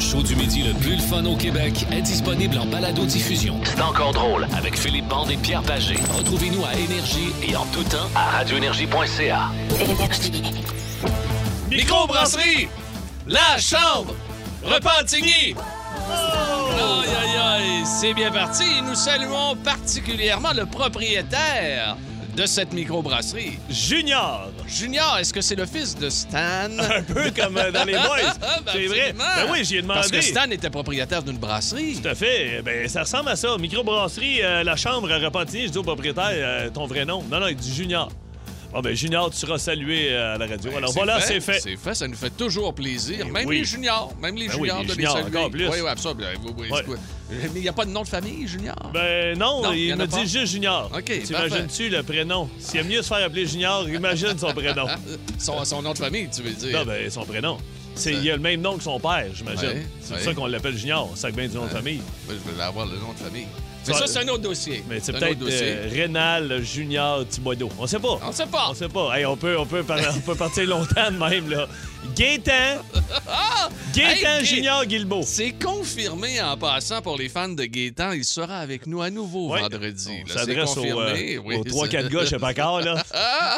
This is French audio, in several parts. show du midi le plus le fun au Québec est disponible en balado-diffusion. C'est encore drôle avec Philippe Bande et Pierre Pagé. Retrouvez-nous à Énergie et en tout temps à radioénergie.ca. Microbrasserie, la chambre, Repentigny. Aïe, aïe, aïe, c'est bien parti. Nous saluons particulièrement le propriétaire de cette microbrasserie. Junior! Junior, est-ce que c'est le fils de Stan? Un peu comme euh, dans les boys. Ben c'est vrai. absolument. Ben oui, j'y ai demandé. Parce que Stan était propriétaire d'une brasserie. Tout à fait. Ben, ça ressemble à ça. Microbrasserie, euh, la chambre à Repentigny. Je dis au propriétaire euh, ton vrai nom. Non, non, il dit Junior. Bon, ben, Junior, tu seras salué euh, à la radio. Alors voilà, c'est fait. Ben, C'est fait, ça nous fait toujours plaisir. Eh Même oui. les juniors, même les Ben oui, juniors les de juniors, les saluer. encore plus. Oui, oui, absolument. Ben, Oui, oui, Ouais. c'est quoi? Mais il n'y a pas de nom de famille, junior? Ben non, Non, y il en me a pas. dit juste Junior. OK, T'imagines-tu le prénom? S'il aime mieux se faire appeler Junior, imagine son prénom. Ah, son, son nom de famille, tu veux dire? Non, ben son prénom. C'est, il a le même nom que son père, j'imagine. Ouais, c'est ouais. pour ça qu'on l'appelle Junior. Ça que bien du nom de famille. Moi, Ben, je voulais avoir le nom de famille. Mais ça, Ça- c'est un autre dossier. Mais c'est un peut-être autre dossier. euh, Rénal Junior Thibodeau. On sait pas. On sait pas. On sait pas. Hey, on peut, on peut, par- on peut partir longtemps de même, là. Gaétan. Gaétan Ah! Hey, Gay- Junior Guilbeault. C'est confirmé en passant pour les fans de Gaétan. Il sera avec nous à nouveau Ouais. vendredi. On là. C'est s'adresse aux, confirmé. euh, oui. aux 3-4 gars, je sais pas encore, là.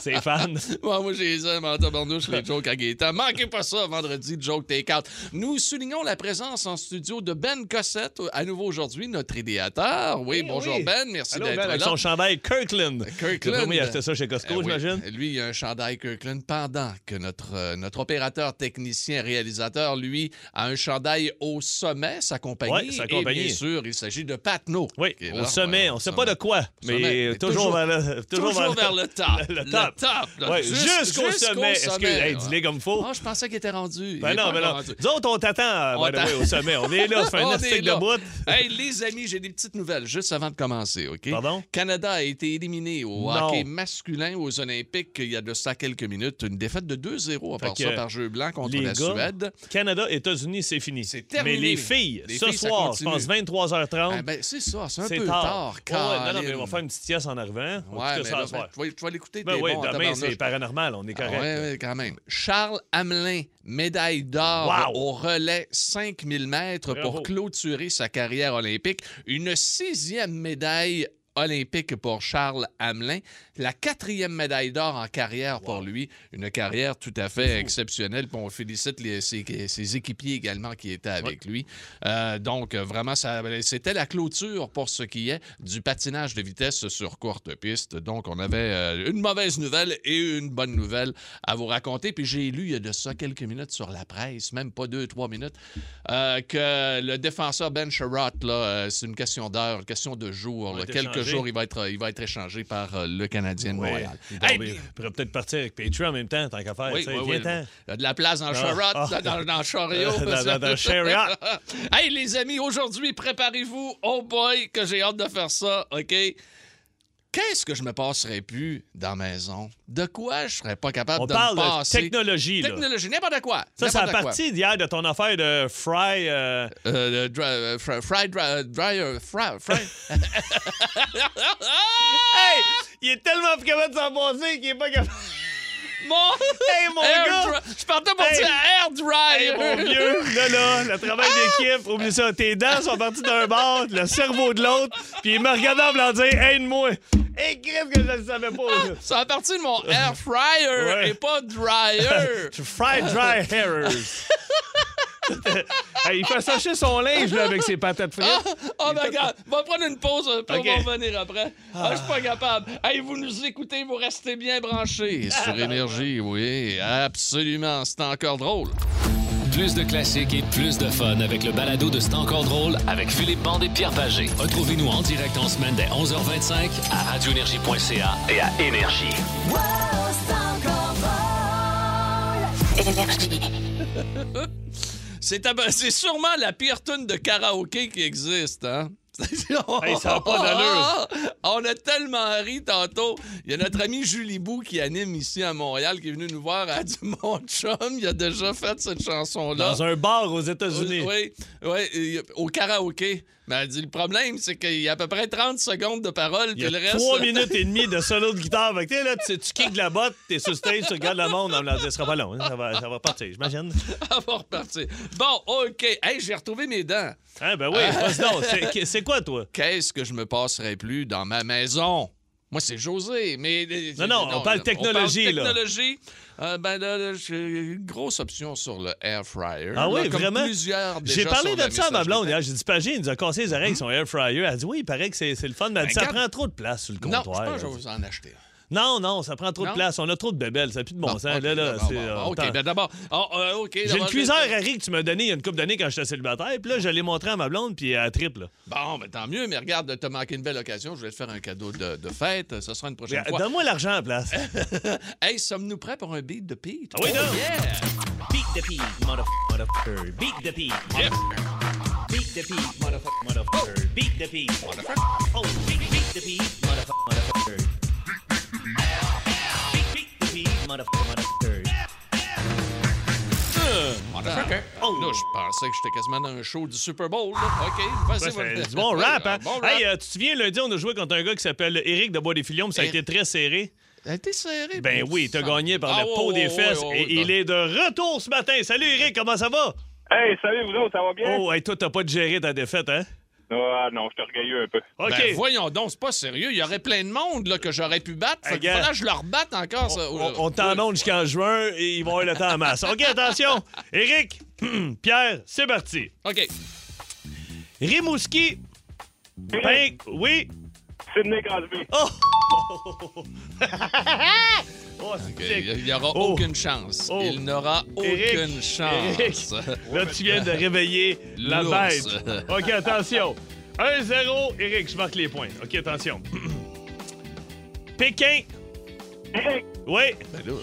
C'est fan. Ouais, moi, j'ai les aime en tabarnouche, les jokes à Gaétan. Manquez pas ça vendredi, Joke Take Out. Nous soulignons la présence en studio de Ben Cossette, à nouveau aujourd'hui, notre idéateur. Oui, bonjour Ben, merci Eh Allô, d'être ben, là. Euh, avec son chandail Kirkland. Kirkland. Le premier, il achetait ça chez Costco, Euh, oui. j'imagine. Lui, il a un chandail Kirkland pendant que notre, euh, notre opérateur, technicien, réalisateur, lui, a un chandail au sommet, sa compagnie. Ouais, sa compagnie. Et bien sûr, il s'agit de Patno. Oui, Qui est au là, sommet. ouais, on au sait sommet. pas de quoi, Au mais, sommet, mais toujours, vers le, toujours, Toujours vers le top. le top. là. Ouais, Jus- jusqu'au sommet. Est-ce que, hey, dis-les comme faut. Oh, je pensais qu'il était rendu. Ben Il est pas non, ben non. rendu. Nous autres, on t'attend, On by the way, t'attend. au sommet. On est là, ça fait un On est astic de là. bout. Hey, les amis, j'ai des petites nouvelles juste avant de commencer, OK? Pardon? Canada a été éliminé au Non. hockey masculin aux Olympiques il y a de ça quelques minutes. Une défaite de 2-0 à Fait part que, ça par jeu blanc contre les la gars, Suède. Canada, États-Unis, c'est fini. C'est terminé. Mais les filles, Les ce filles, ça soir, je continue. pense 23h30, Ah, ben, c'est ça, c'est un c'est peu tard. tard. Ouais, non, non, Caroline. mais on va faire une petite sieste en arrivant. On Ouais, écoute mais ça là, à soir. ben, tu vas- tu vas l'écouter, Ben t'es oui, bon en demain, c'est tabarnouche. paranormal, on est Ah correct. ouais, ouais, quand même. Charles Hamelin, médaille d'or Wow! au relais 5000 mètres Bravo. pour clôturer sa carrière olympique. Une sixième médaille olympique pour Charles Hamelin. La quatrième médaille d'or en carrière pour lui. Une carrière tout à fait exceptionnelle. Puis on félicite les- ses, ses équipiers également qui étaient avec lui. Euh, donc, euh, vraiment, ça- c'était la clôture pour ce qui est du patinage de vitesse sur courte piste. Donc, on avait euh, une mauvaise nouvelle et une bonne nouvelle à vous raconter. Puis j'ai lu il y a de ça quelques minutes sur la presse, même pas deux, trois minutes, euh, que le défenseur Ben Sherratt, là, euh, c'est une question d'heure, une question de jour. va là. être Quelques échangé. jours, il va être, il va être échangé par euh, le Canadien de Ouais. Montréal. Donc, Hey, il pourrait peut-être partir avec Patreon en même temps, tant qu'à faire. oui, Ben, tu sais, oui, oui. viens-t'en. Il y a de la place dans Sherratt, ah. dans, dans Chariot. Dans- dans- dans Chariot. hey, les amis, aujourd'hui, préparez-vous. Oh boy, que j'ai hâte de faire ça, OK? Qu'est-ce que je me passerais plus dans la maison? De quoi je serais pas capable On de parle me de passer? technologie, là. Technologie, n'importe quoi. Ça, c'est à n'importe quoi. partir d'hier de ton affaire de fry. euh, Euh, le dry- euh, fr- fried dry- euh, dryer, fry, fry. Hey! Il est tellement plus capable de s'en passer qu'il est pas capable. mon Hey, mon air gars! dry- Je partais pour Hey. dire air dryer. Hey, mon vieux! Là, là, le travail d'équipe, oublie ça. Tes dents sont parties d'un bord, le cerveau de l'autre, puis il me regardait en voulant dire Aide-moi! Hey, Chris, que je le savais pas! là. Ça a parti de mon air fryer Ouais. et pas dryer. Je suis fried dry hairs. Hey, il fait sécher son linge là, avec ses patates frites. Oh my God! On va prendre une pause euh, pour Ok. revenir après. Ah, je suis pas capable. Hey, vous nous écoutez, vous restez bien branchés. Sur Énergie, oui, absolument. C'est encore drôle. Plus de classiques et plus de fun avec le balado de C'est encore drôle avec Philippe Bande et Pierre Pagé. Retrouvez-nous en direct en semaine dès 11h25 à radioénergie.ca et à Énergie. C'est ab- c'est sûrement la pire tune de karaoké qui existe, hein? Hey, ça a pas d'allure. On a tellement ri tantôt. Il y a notre ami Julie Bou qui anime ici à Montréal, qui est venu nous voir à dit Mon chum, il a déjà fait cette chanson-là. Dans un bar aux Oui, États-Unis. oui, oui, et, euh, au karaoké. Mais elle dit le problème, c'est qu'il y a à peu près 30 secondes de parole, Il puis y le a reste. trois minutes et demie de solo de guitare. Fait que, tu sais, là, tu, tu kicks de la botte, t'es sur stage, tu regardes le monde. On me l'a dit, ce sera pas long. hein, ça, va, ça va partir, j'imagine. elle va repartir. Bon, OK. Hey, j'ai retrouvé mes dents. Hein, ben oui, vas-y donc. C'est- C'est quoi, toi? Qu'est-ce que je me passerais plus dans ma maison? Moi, c'est José, mais... euh, Non, non, on parle technologie, là. technologie. Euh, ben là, là, j'ai une grosse option sur le air fryer. Ah oui, là, comme vraiment? plusieurs déjà J'ai parlé sur de la ça à ma messagerie blonde hier. J'ai dit, Pagé, il nous a cassé les oreilles avec son air fryer. Elle a dit, oui, il paraît que c'est c'est le fun, mais elle dit, ça Ben, regarde. prend trop de place sur le Non, je pense comptoir. que je vais Elle dit, vous en acheter. un. Non, non, ça prend trop de Non? place. On a trop de bébelles. Ça n'a plus de bon Bon, sens. ok, là, là, d'abord, c'est, bon, euh, bon, attends. OK, ben d'abord... ah, euh, OK, J'ai le d'abord, cuiseur à riz que tu m'as donné il y a une couple d'années quand j'étais célibataire. Puis là, je l'ai montré à ma blonde, puis elle triple. là. Bon, ben tant mieux, mais regarde, t'as manqué une belle occasion. Je vais te faire un cadeau de, de fête. Ce sera une prochaine Mais, euh, fois. Donne-moi l'argent à la place. Hey, sommes-nous prêts pour un beat de Pete? Ah oui, Oh, non. yeah! Beat the pig, motherfucker, motherfucker. Beat the pig, motherfucker. Beat the pig, motherfucker, motherfucker. Beat the pig, motherfucker. Oh, beat, beat the pig, motherfucker, motherfucker. Beat, beat the pig, motherfucker, motherfucker. Oh. Là, je pensais que j'étais quasiment dans un show du Super Bowl. là. OK, Ouais, vas-y, vas-y. C'est du bon rap, Ouais, un hein? Bon rap. Hey, euh, tu te souviens, lundi, on a joué contre un gars qui s'appelle Eric de Bois des Filions, puis ça a Eric. été très serré. Elle a été serrée. Ben mais oui, t'as ça- gagné par Ah, le ouais, pot ouais, des ouais, fesses ouais, ouais, et il ben- est de retour ce matin. Salut Eric, comment ça va? Hey, salut vous autres, ça va bien? Oh, hey, toi, t'as pas de gérer ta défaite, hein? Ah non, je suis orgueilleux un peu. OK. Ben voyons donc, c'est pas sérieux. Il y aurait plein de monde là, que j'aurais pu battre. Fait qu'il Hey, gars. faudrait que je le rebatte encore. ça. on on t'en donne jusqu'en juin et ils vont avoir le temps en masse. OK, attention. Eric, Pierre, c'est parti. OK. Rimouski, Pink, oui. Sidney Crosby. Oh! Oh, c'est OK, sick. Il n'y aura Oh. aucune chance. Oh. Il n'aura Eric. aucune chance. Eric. Là, tu viens de réveiller la bête. L'ours. OK, attention. 1-0, Eric, je marque les points. OK, attention. Pékin, Eric, oui.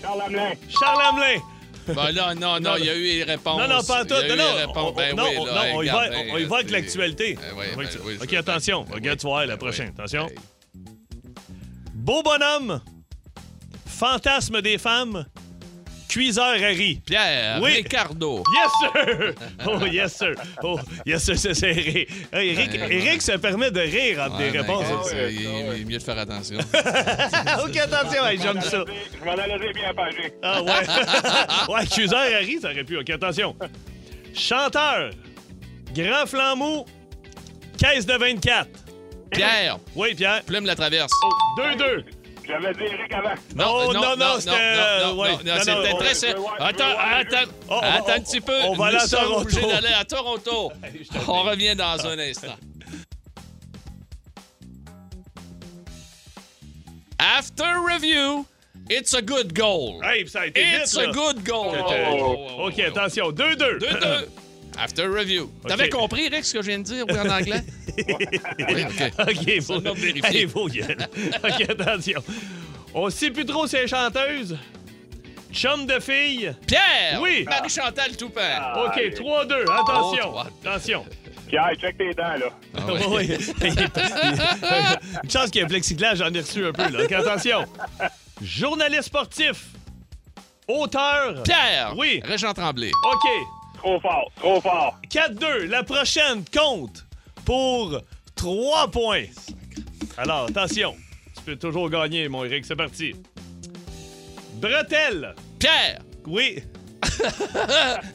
Charles Hamelin. Charles Hamelin. Ben là, non, non, Non, il y a eu les réponses. Non, non, pas en tout. Il y a eu Non, non, les réponses. on- on- Ben non, oui, on- là, non, on y va, regarde, on y va avec c'est- l'actualité. Ben oui, On va avec ben ça. oui, OK, c'est- attention. ben Regarde, oui, tu vois, la ben prochaine. oui. Attention. Hey. Beau bonhomme, fantasme des femmes, cuiseur à riz. Pierre, Oui. Ricardo. Yes, sir! Oh, yes, sir! Oh, yes, sir, c'est serré. Hey, Eric, Ben, Eric se permet de rire entre des Ouais, ben, réponses. Ah, c'est- ouais, il, ouais. il est mieux de faire attention. OK, attention, hey, j'aime ça. Je m'en allais dire bien pagé. Ah ouais. ouais, accuseur Harry, ça aurait pu. OK, attention. Chanteur, grand flambeau, caisse de 24. Pierre, Oui, Pierre. plume la traverse. 2-2. J'avais dit Eric avant. Oh, non, non, c'était, euh, non, ouais. non, non, Non, non, c'était on- très sérieux. je veux voir- je veux Attends, voir les attends, Oh, on va- attends un on- petit peu. on va aller Nous à sommes Toronto. obligés d'aller à Toronto. On revient dans un instant. After review, it's a good goal. Hey, ça a été It's vite, a là. good goal. C'était- Oh, OK, attention. 2-2. Deux, deux. After review. T'avais compris, Rick, ce que je viens de dire, oui, en anglais? Oui, OK. OK, faut m'a vérifié. Hey, vos gueules. OK, attention. On sait plus trop ces chanteuses. Chum de fille. Pierre! Oui. Ah. Marie-Chantal Toupin. OK, Allez. 3-2. Attention. Oh, trois. attention. Oh, Pierre, check tes dents, là. Oui, oui. Une chance qu'il y ait un plexiglas, j'en ai reçu un peu. Là. Donc, attention. Journaliste sportif. Auteur. Pierre! Oui. Régent Tremblay. OK. Trop fort, trop fort. 4-2. La prochaine compte pour 3 points. Alors, attention. Tu peux toujours gagner, mon Eric. C'est parti. Bretelle. Pierre! Oui.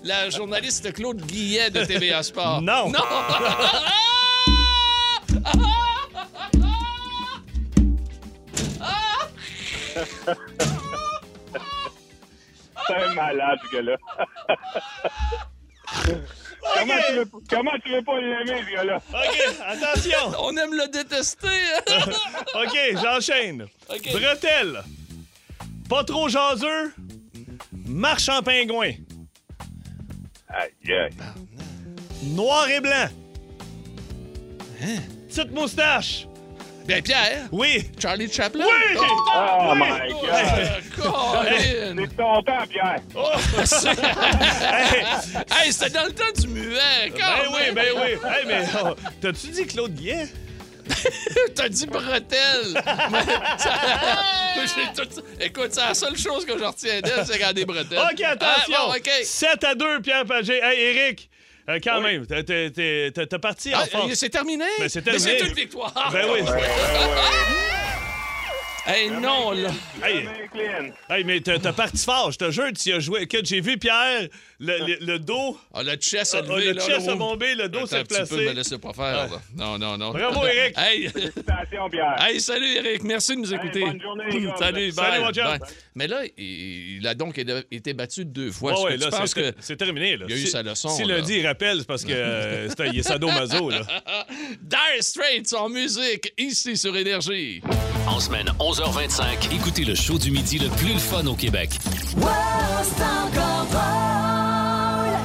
La journaliste Claude Guillet de TVA Sport. Non. Non! C'est un malade, ce gars-là. comment, tu veux, comment tu veux pas l'aimer, ce gars-là? OK, attention. On aime le détester. OK, j'enchaîne. OK. Bretelle. Pas trop jaseux. Marche en pingouin. Aïe, aïe. Noir et blanc. Petite moustache. Bien, Ben, Pierre! Oui. Charlie Chaplin! Ah, Oui! Oh Oui. my God. Colin! C'est ton temps, Pierre. Oh. Hey, Hey, c'était dans le temps du muet! ben Quand oui, même. ben oui. Hey, mais oh, t'as-tu dit Claude Guillet? T'as dit bretelle! Mais ça- j'ai tout- Écoute, c'est la seule chose Ah, que je retiens d'elle, c'est qu'elle a des bretelles. OK, attention. Ah, bon, OK. 7 à 2, Pierre Pagé. Hey, Eric, Euh, quand même, t'es- t'es- t'es t'es- t'es parti en Ah, force. euh, c'est terminé. Mais Ben, c'est Mais c'est terminé. une victoire. Ben oui. Ben Hey, non, là. Hey, Clean. hey, mais t'es t'es parti fort, je te jure, tu y as joué. Que j'ai vu Pierre, le, le- le dos, Ah, le chest euh, a levé. le là, chest là, a oh. bombé, le dos Attends s'est un petit peu, me placé. laissez pas faire. là. Non, non, non. Bravo, Eric. Hey, Attention, Pierre. hey, salut, Eric. Merci de nous écouter. bonne journée, les gars. Salut, Salut, bye, mon bye. chum. Mais là, il, il a donc été battu deux fois. Ouais, Est-ce ouais, que là, tu penses c'est que... c'est terminé. Là. il y a eu Si- sa leçon, Si là. lundi, il rappelle, c'est parce que euh, c'est- il est sadomaso. Là. Dire Straits en musique, ici sur Énergie. En semaine 11h25, écoutez le show du midi le plus le fun au Québec.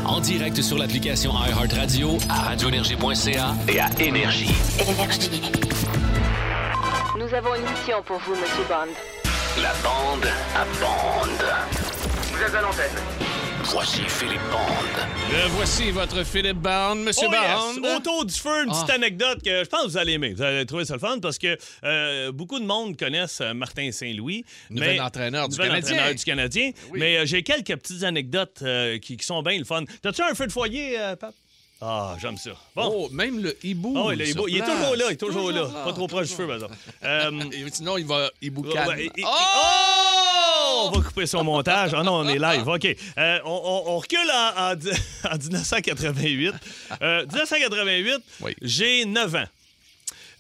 En direct sur l'application iHeartRadio, à radioénergie.ca et à Énergie. Nous avons une mission pour vous, Monsieur Bond. La bande à bande. Vous êtes à l'antenne. Voici Philippe Bond. Le Euh, voici votre Philippe Barne, Monsieur Oh, yes. Barne. Autour du feu, une petite Ah. anecdote que je pense que vous allez aimer. Vous allez trouver ça le fun parce que euh, beaucoup de monde connaissent euh, Martin Saint-Louis. Nouvel mais- entraîneur du nouvel Canadien. entraîneur du Canadien. Mais euh, j'ai quelques petites anecdotes euh, qui, qui sont bien le fun. T'as-tu un feu de foyer, euh, Pape? Ah, j'aime ça. Bon. Oh, même le hibou. Ah ouais, là, il, est sur beau. Il est place. toujours là, il est toujours, là. Pas trop proche du feu, par exemple. Euh, Et sinon, il va hibou Ouais, calme. ouais, et- et- oh! On va couper son montage. Ah non, on est live. OK. Euh, on, on- on recule en, en di- en 1988. Euh, 1988, Oui. j'ai 9 ans.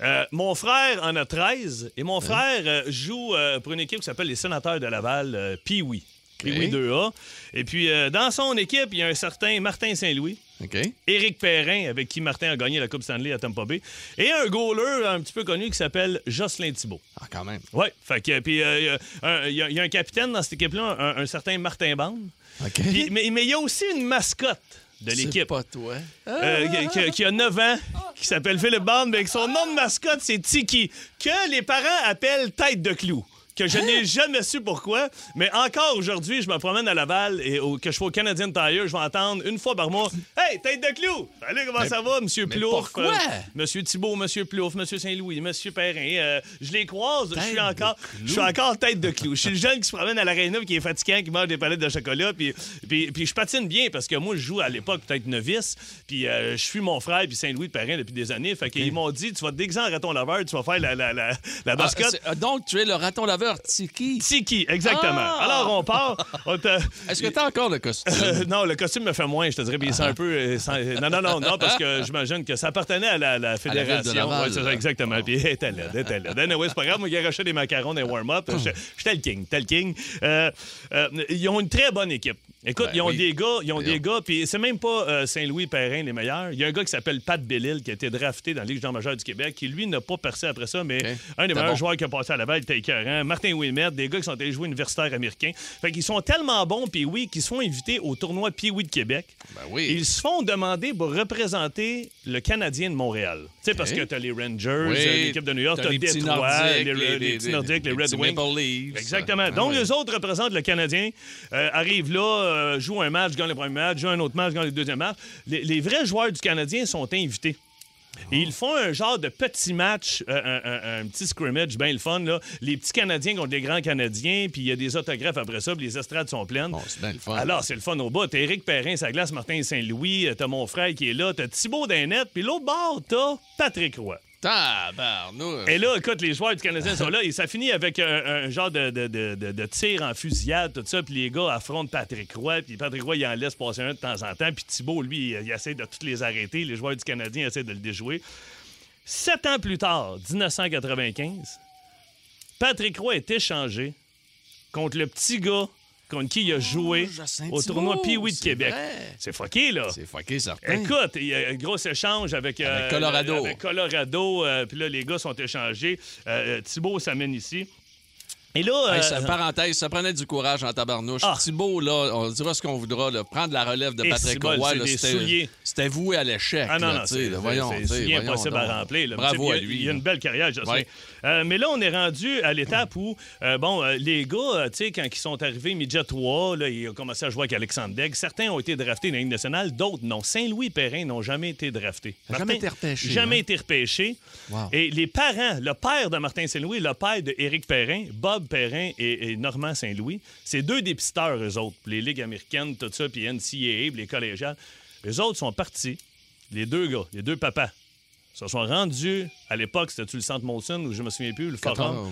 Euh, mon frère en a 13 et mon frère euh, joue euh, pour une équipe qui s'appelle les Sénateurs de Laval, euh, Pee-Wee. Pee-Wee 2A. Et puis, euh, dans son équipe, il y a un certain Martin Saint-Louis. OK. Éric Perrin, avec qui Martin a gagné la Coupe Stanley à Tampa Bay, et un goaler un petit peu connu qui s'appelle Jocelyn Thibault. Ah, quand même. Oui, fait que puis euh, il y a un- il y, a- il y a un capitaine dans cette équipe-là, un, un certain Martin Bande. OK. Puis- mais mais il y a aussi une mascotte de C'est l'équipe pas toi. Ah, euh, qui- qui, qui a 9 ans, qui s'appelle Philippe Bande, mais que son nom de mascotte c'est Tiki, que les parents appellent tête de clou. Que je Hein? n'ai jamais su pourquoi, mais encore aujourd'hui, je me promène à Laval et au, que je sois au Canadian Tire, je vais entendre une fois par mois Hey, tête de clou! Allez, comment ça va, Monsieur mais Plouf? pourquoi? Monsieur Thibault, Monsieur Plouf, Monsieur Saint-Louis, Monsieur Perrin. euh, je les croise, je suis Tête de encore, je suis encore tête de clou. Je suis le jeune qui se promène à l'aréna, puis qui est fatiguant, qui mange des palettes de chocolat, puis, puis, puis je patine bien parce que moi je joue à l'époque peut-être novice, puis euh, je suis mon frère puis Saint-Louis de Perrin depuis des années. Fait qu'ils m'ont dit, tu vas te déguiser en raton laveur, tu vas faire la la la, la Ah, mascotte. c'est- ah, donc, tu es le raton laveur Tiki. Tiki, exactement. Ah! Alors on part. On te- Est-ce que t'as encore le costume? Euh, non, le costume me fait moins, je te dirais, puis il sent un peu. euh, sans- Non, non, non, non, parce que j'imagine que ça appartenait à la, la ville de fédération. Laval, Ouais, c'est ça, là. exactement. Puis elle était là, elle était là. Ben, Anyway, c'est pas grave, moi, il arrachait des macarons, des warm-up. J'étais j'étais le king, j'étais le king. Euh, euh, ils ont une très bonne équipe. Écoute, Ben ils ont oui. des gars, ils ont des Voyons. gars, puis c'est même pas euh, Saint-Louis Perrin les meilleurs. Il y a un gars qui s'appelle Pat Bellil qui a été drafté dans la Ligue junior majeure du Québec, qui lui n'a pas percé après ça, mais Ok. un des T'as meilleurs bon. joueurs qui a passé à Laval était écœurant. Martin Wilmette, des gars qui sont allés jouer universitaire américain. Fait qu'ils sont tellement bons, puis oui, qu'ils se font inviter au tournoi Pee-Wee de Québec. Ben oui. Ils se font demander pour représenter le Canadien de Montréal. Tu sais, parce que t'as les Rangers, Hein? Oui. euh, l'équipe de New York, T'as t'as les petits Détroit, Nordiques, les, les- les les- petits Nordiques, les, les petits Red Wings. Maple Leafs. Exactement. Ah Donc, oui. les autres représentent le Canadien, euh, arrivent là, euh, jouent un match, gagnent le premier match, jouent un autre match, gagnent le deuxième match. Les, les vrais joueurs du Canadien sont invités. Et ils font un genre de petit match, euh, un, un- un petit scrimmage, bien le fun. Là. Les petits Canadiens contre les grands Canadiens, puis il y a des autographes après ça, puis les estrades sont pleines. Bon, c'est bien le fun. Alors, c'est le fun au bas. T'as Éric Perrin, sa glace, Martin Saint-Louis, euh, t'as mon frère qui est là, t'as Thibaut Dainette, puis l'autre bord, t'as Patrick Roy. Tabarnouche. Et là, écoute, les joueurs du Canadien sont là et ça finit avec un, un genre de, de- de- de- de tir en fusillade, tout ça. Puis les gars affrontent Patrick Roy. Puis Patrick Roy, il en laisse passer un de temps en temps. Puis Thibault, lui, il, il essaie de tous les arrêter. Les joueurs du Canadien essaient de le déjouer. Sept ans plus tard, 1995, Patrick Roy est échangé contre le petit gars contre qui il a joué Oh, Jacinthe au tournoi Thibault, Pee-Wee de c'est Québec. vrai. C'est fucké, là. C'est fucké, certain. Écoute, il y a un gros échange avec, euh, Avec Colorado. Avec Colorado. euh, Puis là, les gars sont échangés. Euh, euh, Thibault s'amène ici. Et là. Hey, euh, ça- parenthèse, ça prenait du courage en tabarnouche. Ah. Thibault, là, on dira ce qu'on voudra, là, prendre la relève de Et Patrick c'est bon, Roy, c'est là, des c'était souliers. c'était voué à l'échec. Ah non, là, non, tu sais, c'est là, voyons, tu sais, c'est- c'est voyons impossible donc. à remplir. là. Tu sais, Bravo il y à a- lui. Il y a une belle carrière, Jocelyn. Ouais. Euh, mais là, on est rendu à l'étape où, euh, bon, euh, les gars, euh, tu sais, quand ils sont arrivés midget 3, là, ils ont commencé à jouer avec Alexandre Degg. Certains ont été draftés dans la Ligue nationale, d'autres non. Saint-Louis Perrin n'ont jamais été draftés. Jamais été repêché, Jamais hein? été repêché. Wow. Et les parents, le père de Martin Saint-Louis, le père de Éric Perrin, Bob Perrin et, et Normand Saint-Louis, c'est deux dépisteurs, eux autres, les ligues américaines, tout ça, puis NCAA, puis les collégiales. Les autres sont partis, les deux gars, les deux papas, se sont rendus. À l'époque, c'était-tu le centre Molson ou je me souviens plus, le forum?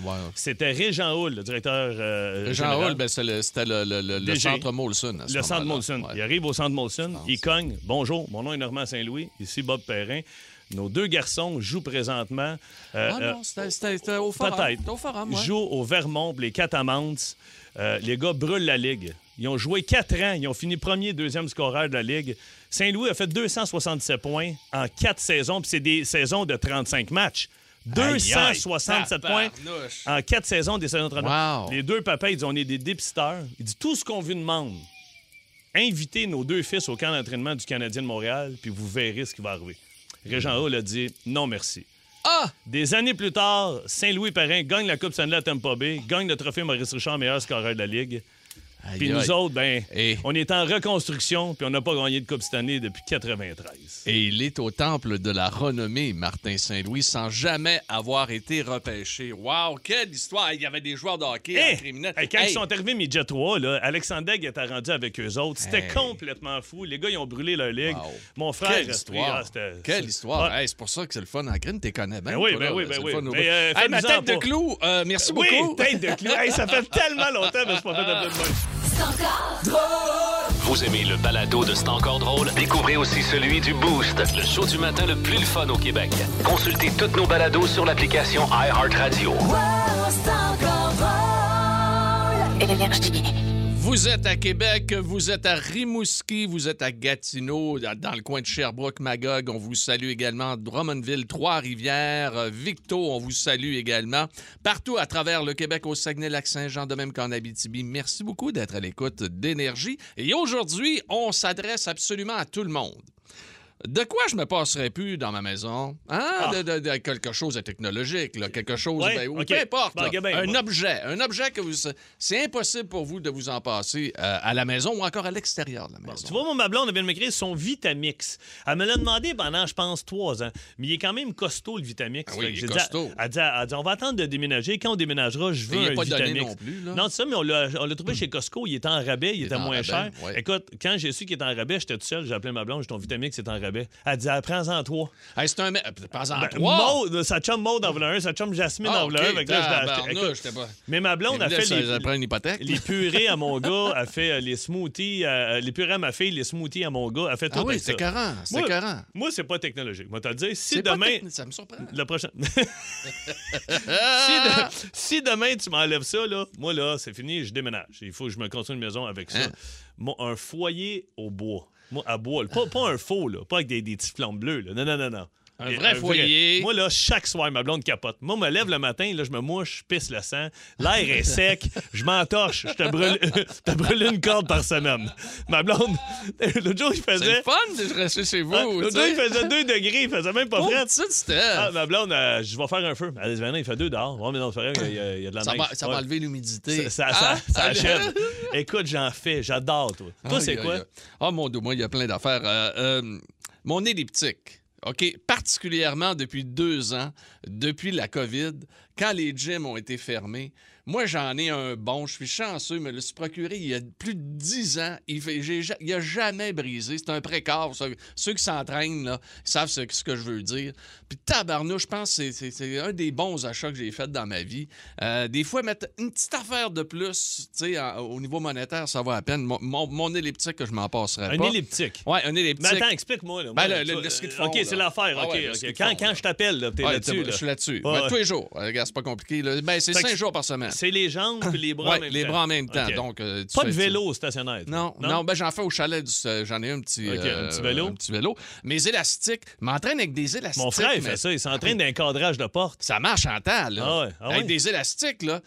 80, ouais. C'était Régent Houle, le directeur. euh, général. Jean-Hall, ben, c'est le- c'était le, le- le- le DG. centre Molson. à ce Le moment-là. centre Molson. Ouais. Il arrive au centre Molson, il cogne. Bonjour, mon nom est Normand Saint-Louis, ici Bob Perrin. Nos deux garçons jouent présentement. euh, Ah euh, non, c'était- c'était c'était au forum. Peut-être. C'était au forum, ouais. Joue au Vermont, les Catamouns. Euh, les gars brûlent la Ligue. Ils ont joué 4 ans. Ils ont fini premier, deuxième scoreur de la Ligue. Saint-Louis a fait 267 points en 4 saisons, puis c'est des saisons de 35 matchs. 267 points tabarnouche. en 4 saisons des saisons de 35 matchs. Wow. Les deux papas, ils disent on est des dépisteurs. Ils disent tout ce qu'on vous demande. Invitez nos deux fils au camp d'entraînement du Canadien de Montréal, puis vous verrez ce qui va arriver. Régent Hall a dit non, merci. Ah! Des années plus tard, Saint-Louis Perrin gagne la Coupe Stanley à Tampa Bay, gagne le trophée Maurice Richard, meilleur scoreur de la Ligue. Puis Aïe, nous aïe. autres, ben, Eh. on est en reconstruction, puis on n'a pas gagné de Coupe cette année depuis 93. Et il est au temple de la renommée, Martin Saint-Louis, sans jamais avoir été repêché. Wow, quelle histoire! Il y avait des joueurs de hockey Hey! en criminel. Hey, quand Hey! ils sont arrivés, mes Jet 3, là, Alexandre Daigle était rendu avec eux autres. C'était Hey. complètement fou. Les gars, ils ont brûlé leur ligue. Wow. Mon frère. Quelle a- histoire! Ah, c'était- Quelle histoire! Ah, Hey, c'est pour ça que c'est le fun en green, t'es connais bien. Ben oui, toi, ben là. oui, ben C'est le oui. fun au Mais, bout. euh, Hey, ma faites-nous-en tête de pas. clou, euh, merci oui, beaucoup. tête de clou. Hey, ça fait tellement longtemps que je pas fait de Vous aimez le balado de C'est encore drôle? Découvrez aussi celui du Boost, le show du matin le plus le fun au Québec. Consultez toutes nos balados sur l'application iHeartRadio. Vous êtes à Québec, vous êtes à Rimouski, vous êtes à Gatineau, dans dans le coin de Sherbrooke, Magog. On vous salue également. Drummondville, Trois-Rivières, euh, Victo, on vous salue également. Partout à travers le Québec, au Saguenay-Lac-Saint-Jean, de même qu'en Abitibi. Merci beaucoup d'être à l'écoute d'Énergie. Et aujourd'hui, on s'adresse absolument à tout le monde. De quoi je me passerais plus dans ma maison? Hein? De, de- de quelque chose de technologique, là, quelque chose, Ah. Ouais, ben, ou ok. peu importe. Bon, là. ok, ben, un moi- objet, un objet que vous... C'est impossible pour vous de vous en passer euh, à la maison ou encore à l'extérieur de la maison. Tu vois, mon mablon, on vient de m'écrire son Vitamix. Elle me l'a demandé pendant, je pense, trois ans. Mais il est quand même costaud, le Vitamix. Ah oui, Fait que il est j'ai dit à- costaud. elle, dit, elle dit, on va attendre de déménager. Quand on déménagera, je veux il est un pas donné Vitamix. non plus, là. Non, c'est ça, mais on l'a on l'a trouvé chez Costco. Il était en rabais, il, était est en moins rabais, cher. ouais. Écoute, quand j'ai su qu'il était en rabais, j'étais tout seul. J'ai appelé ma blonde, j'ai dit, ton Vitamix est en rabais. Elle dit, Ah, prends-en trois. Hey, c'est un... Pas en Ben, trois! Maude, sa chum Maude en voulait un, sa chum Jasmine Ah, en voulait ok, un. Fait que là, je l'ai acheté. tabarnouche, Écoute, j'étais pas- Mais ma blonde a Là, fait ça, les- ça prend une hypothèque. les purées à mon gars, a fait euh, les smoothies, euh, les purées à ma fille, les smoothies à mon gars, a fait tout Ah oui, avec c'est ça. carré, c'est Moi- carré. Moi, c'est pas technologique. Moi, t'as dit, si C'est pas demain. techni- Ça me surprend. Ah! Le prochain. si, de- si demain tu m'enlèves ça, là, moi là, c'est fini, je déménage. Il faut que je me construise une maison avec Hein? ça. Mon- un foyer au bois. Moi, à bois. là. Pas, pas un faux, là. Pas avec des, des petits flammes bleues. Là. Non, non, non, non. Un vrai foyer. Moi, là, chaque soir, ma blonde capote. Moi, je me lève le matin, là, je me mouche, je pisse le sang. L'air est sec, je m'entorche. Je te brûle, je te brûle une corde par semaine. Ma blonde, l'autre jour, il C'est le faisait. fun de rester chez vous, Ah, L'autre tu jour, sais. il faisait 2 degrés, il faisait même pas Oh, frais. petite Steph. Ah, ma blonde, euh, je vais faire un feu. Elle dit, Vanna, il fait deux dehors. Ouais, mais non, c'est pas grave, il y, a- il y a de la Ça, neige. va, ça va ben, Ouais. enlever l'humidité. Ça, ça, ça- Ah, ça allez. achève. Écoute, j'en fais. J'adore, toi. Toi, Aïe, c'est aïe, quoi? aïe. Ah, mon Dieu, moi, il y a plein d'affaires. Euh, euh, mon elliptique, OK, particulièrement depuis deux ans, depuis la COVID, quand les gyms ont été fermés, moi, j'en ai un bon. Je suis chanceux, je me le suis procuré il y a plus de dix ans. Il fait- j'ai ja- il a jamais brisé. C'est un précor. Ça- Ceux qui s'entraînent, là, savent ce, ce que je veux dire. Puis tabarnouche, je pense que c'est- c'est- c'est un des bons achats que j'ai fait dans ma vie. Euh, des fois, mettre une petite affaire de plus, tu sais, en- au niveau monétaire, ça va à peine. Mon, mon- mon elliptique, que je m'en passerai Un pas. elliptique. Ouais, un Mais elliptique. attends, explique-moi. Là. Ben, Moi, le- toi, le- le ski de euh, fond, OK, là. c'est l'affaire. Ah OK, ouais, le OK. ski de Quand, fond, quand là. je t'appelle, là, t'es Ouais, là-dessus. t'as- là. Je suis là-dessus. Ouais, Ben, ouais. tous les jours. Euh, Regarde, c'est pas compliqué. là. Ben, c'est Fait que cinq jours par semaine. C'est les jambes puis les bras Ouais, en même les temps. bras en même temps. OK. Donc, euh, tu pas de fais- tu- vélo stationnaire. toi. Non, non, ben j'en fais au chalet. du- euh, J'en ai un petit, euh, Ok, un petit vélo. un petit vélo. Mes élastiques, je m'entraîne avec des élastiques. Mon frère, il fait mais- ça. Il s'entraîne d'un cadrage de porte. Ça marche en temps, là. Ah ouais, ah ouais. Avec des élastiques, là.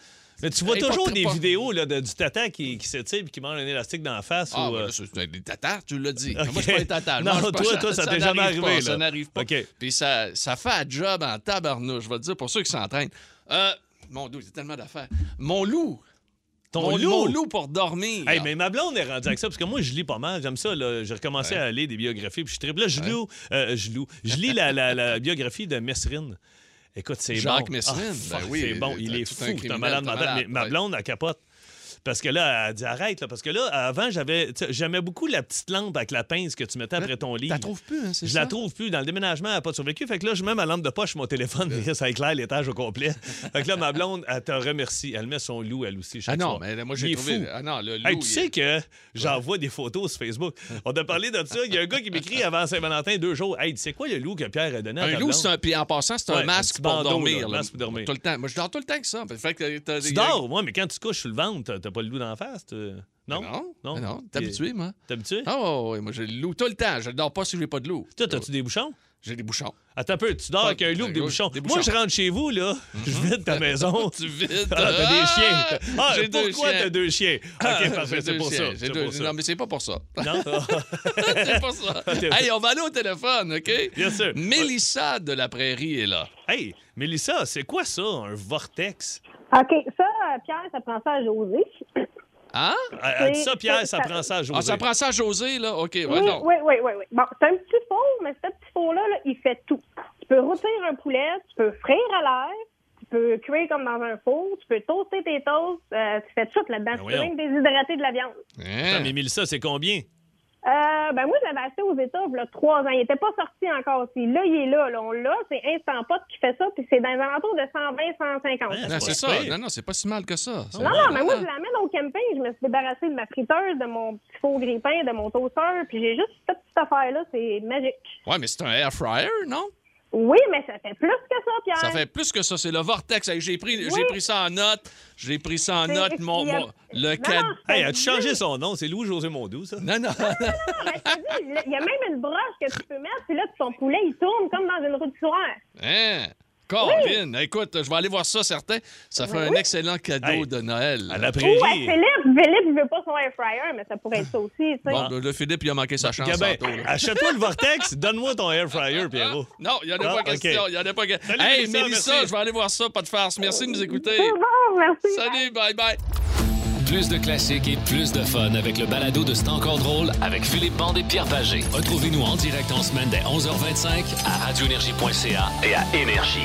Mais tu vois Hey, toujours porte- des porte- vidéos là, de- du tata qui, qui s'étire puis qui mange un élastique dans la face. Ah, ou, ben euh, là, c'est c'est des tatars, tu l'as dit. Ok. Moi, je suis pas un tatar. Non, Mange pas toi, toi, ça t'est jamais n'arrive pas, arrivé, là. Ça n'arrive pas. Ok. Puis ça, ça fait un job en tabarnouche, je vais te dire, pour ceux qui s'entraînent. Euh, mon Dieu, c'est tellement d'affaires. Mon loup. Ton mon, loup? Mon loup pour dormir. Hey, mais ma blonde est rendue avec ça parce que moi, je lis pas mal. J'aime ça. là. J'ai recommencé à lire des biographies. Puis je triple. Là, je, loue- euh, je loue. Je lis la, la- la biographie de Messrine. Écoute, c'est bon. Ah, Jacques Messrine, fuck, ben oui, c'est bon. Il t'as est tout fou. un C'est un criminel, malade t'as mental. malade, Mais ma ouais. blonde, elle capote. Parce que là, elle dit arrête, là, parce que là, avant, j'avais, tu sais, j'aimais beaucoup la petite lampe avec la pince que tu mettais après ton Tu livre. la trouves plus, hein, c'est Je ça? la trouve plus. Dans le déménagement, elle n'a pas survécu. Fait que là, je mets ma lampe de poche, mon téléphone, et ça éclaire l'étage au complet. Fait que là, ma blonde, elle te remercie. Elle met son loup, elle aussi. chaque Ah non, soir. mais là, moi, Il j'ai est trouvé. fou. Ah non, le loup, Hey, il tu est- sais que j'envoie des photos sur Facebook. On a parlé de ça. Il y a un gars qui m'écrit avant Saint-Valentin deux jours. Hey, c'est quoi le loup que Pierre a donné à Un ta loup, blonde? c'est un. Puis en passant, c'est Ouais, un un masque petit pour bandeau, dormir. là, un là. masque pour dormir. Tout le temps. Moi, je dors tout le temps avec ça. Fait que euh, t'as- Tu dors, moi, mais quand tu couches sur le ventre, t'as pas le loup d'en face. tu- Non? Non, Non. non, T'es habitué, moi. T'es habitué? Ah ouais, ouais, moi, j'ai le loup tout le temps. Je ne dors pas si j'ai pas de loup. Oh, Toi, t'as-tu des bouchons? J'ai des bouchons. Attends un peu, tu dors Pas- avec un loup des des gros- bouchons. Ah, des Moi, je bouchons. Mhm. rentre chez vous, là, je vide ta maison. Tu vides. Ah, t'as des chiens. Ah, j'ai deux pourquoi chiens. t'as deux chiens? Ah, OK, parfait, j'ai c'est deux pour ça. chiens, j'ai c'est deux- pour ça. Non, mais c'est pas pour ça. Non? c'est pas ça. hey, on va aller au téléphone, OK? Bien sûr. Mélissa de la Prairie est là. hey, Mélissa, c'est quoi ça, un vortex? OK, ça, euh, Pierre, ça prend ça à José. Hein? Elle- elle dit ça, C'est- Pierre, c'est- ça ça- prend ça à José. On s'en prend Ah, ça à José, là? OK, ouais, Oui, non. oui, oui, oui, oui. Bon, c'est un petit four, mais ce petit four-là, là, il fait tout. Tu peux rôtir un poulet, tu peux frire à l'air, tu peux cuire comme dans un four, tu peux toaster tes toasts, euh, tu fais tout là-dedans. Ben Tu peux voyons. même déshydrater de la viande. Hein? Attends, mais Mélissa, c'est combien? Euh, ben moi, je l'avais acheté aux États il y a trois ans. Il n'était pas sorti encore. aussi. là, il est là. là on l'a. C'est Instant Pot qui fait ça. Puis c'est dans les alentours de 120, 150. Hein? Non, Ouais. c'est ça. Non, non, c'est pas si mal que ça. Non, non, mais moi, je l'amène au camping. Je me suis débarrassée de ma friteuse, de mon petit faux grippin, de mon toaster. Puis j'ai juste cette petite affaire-là. C'est magique. Ouais, mais c'est un air fryer, non? Oui, mais ça fait plus que ça, Pierre. Ça fait plus que ça, c'est le vortex. Hey, J'ai pris, Oui. j'ai pris ça en note. J'ai pris ça en C'est- note. Mon, il y a- mon- le Non, cad... non. Hey, as-tu changé son nom? C'est Louis-José Mondou, ça? Non, non. Ah, ben, je te dis, il y a même une broche que tu peux mettre. Puis là, ton poulet, il tourne comme dans une rôtissoire. hein? Colin, écoute, je vais aller voir ça, certain. Ça fait un excellent cadeau Hey. de Noël. À la Ou à prairie. Philippe. Philippe, il veut pas son air fryer, mais ça pourrait être ça aussi. tu sais. Bon, le, le Philippe, il a manqué sa chance. Gabin, tantôt, là. Hein? achète-toi le vortex, donne-moi ton air fryer, Pierrot. Non, il n'y en a Ah, pas ok. question. Il y en a pas que- Salut, hey, Mélissa, Mélissa, merci. je vais aller voir ça, pas de farce. Merci de nous écouter. C'est bon, merci. Salut, bye bye. Plus de classiques et plus de fun avec le balado de C'est encore drôle avec Philippe Bande et Pierre Pagé. Retrouvez-nous en direct en semaine dès 11h25 à radioénergie.ca et à Énergie.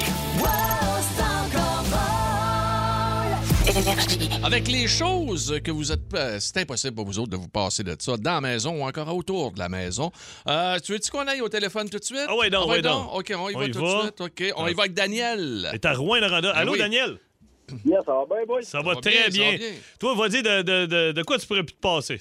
Avec les choses que vous êtes. euh, c'est impossible pour vous autres de vous passer de ça dans la maison ou encore autour de la maison. Euh, tu veux-tu qu'on aille au téléphone tout de suite? Ah ouais, non, Ah ouais, ouais, donc. donc. OK, on y On va y tout va. de suite. OK, on y va avec Daniel. Et t'as rouen noranda Ben Allô, oui. Daniel? Yes, ça va bien, boys. Ça va va très bien, bien. ça va bien. Toi, vas dire de, de, de, de quoi tu pourrais plus te passer.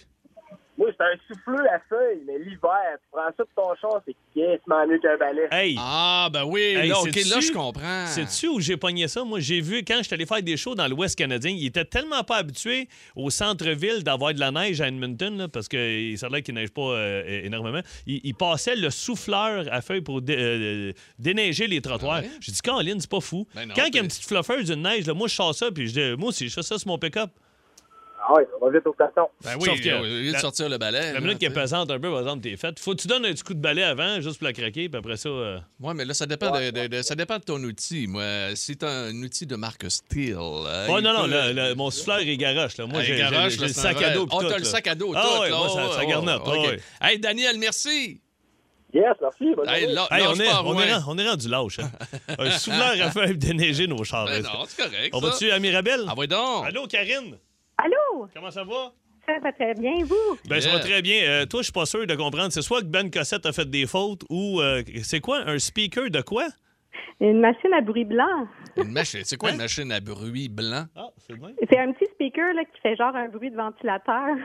Moi, c'est un souffleux à feuilles, mais l'hiver, tu prends ça de ton char, c'est quasiment mieux qu'un balai. Hey, Ah, ben oui. Hey, là, OK, sais-tu- là, je comprends. Sais-tu où j'ai pogné ça? Moi, j'ai vu quand je suis allé faire des shows dans l'Ouest canadien, il était tellement pas habitué au centre-ville d'avoir de la neige à Edmonton, là, parce que ça a l'air qu'il neige pas euh, énormément. Il, il passait le souffleur à feuilles pour dé- euh, déneiger les trottoirs. Ah ouais? J'ai dit, Caroline, c'est pas fou. Ben non, quand il y a une mais- petite fluffeuse d'une neige, là, moi, je sors ça, puis je dis, moi aussi, je fais ça sur mon pick-up. Ah oui, ça va vite au coton. Ben Sauf que, au lieu euh, de la- sortir le balai. La là, minute tu qu'elle sais. pesante un peu, par exemple, t'es faite. Faut que tu donnes un petit coup de balai avant, juste pour la craquer, puis après ça. euh, Ouais, mais là, ça dépend, de, de- de- ça dépend de ton outil. Moi, si t'as un outil de marque Steel. hein. Oh non, non, euh, le- le- mon souffleur est garoche. Là. Ah, Moi, j'ai j'ai- j'ai le sac à dos. pis Oh, tout, t'as là. le sac à dos, Ah tout. ouais, là, moi, oh, ça- ça ouais, garnote, ouais, ah OK. ouais. Hey, Daniel, merci. Yes, merci. Bonne Hey, journée. là, Hey, on, lâche est, pas, on, ouais. est, rend- on est rendu lâche. hein. un souffleur à faire déneiger nos chars. Ben là. non, c'est correct. on ça. va-tu à Mirabel? Ah, ouais, donc. Allô, Karine? Allô? Comment ça va? Ça va très bien, vous? Ben, ça Yeah. va très bien. Euh, toi, je suis pas sûr de comprendre. C'est soit que Ben Cossette a fait des fautes ou. euh, c'est quoi? Un speaker de quoi? Une machine à bruit blanc. Une machine. C'est Hein? quoi une machine à bruit blanc? Ah, c'est bien. C'est un petit speaker là, qui fait genre un bruit de ventilateur.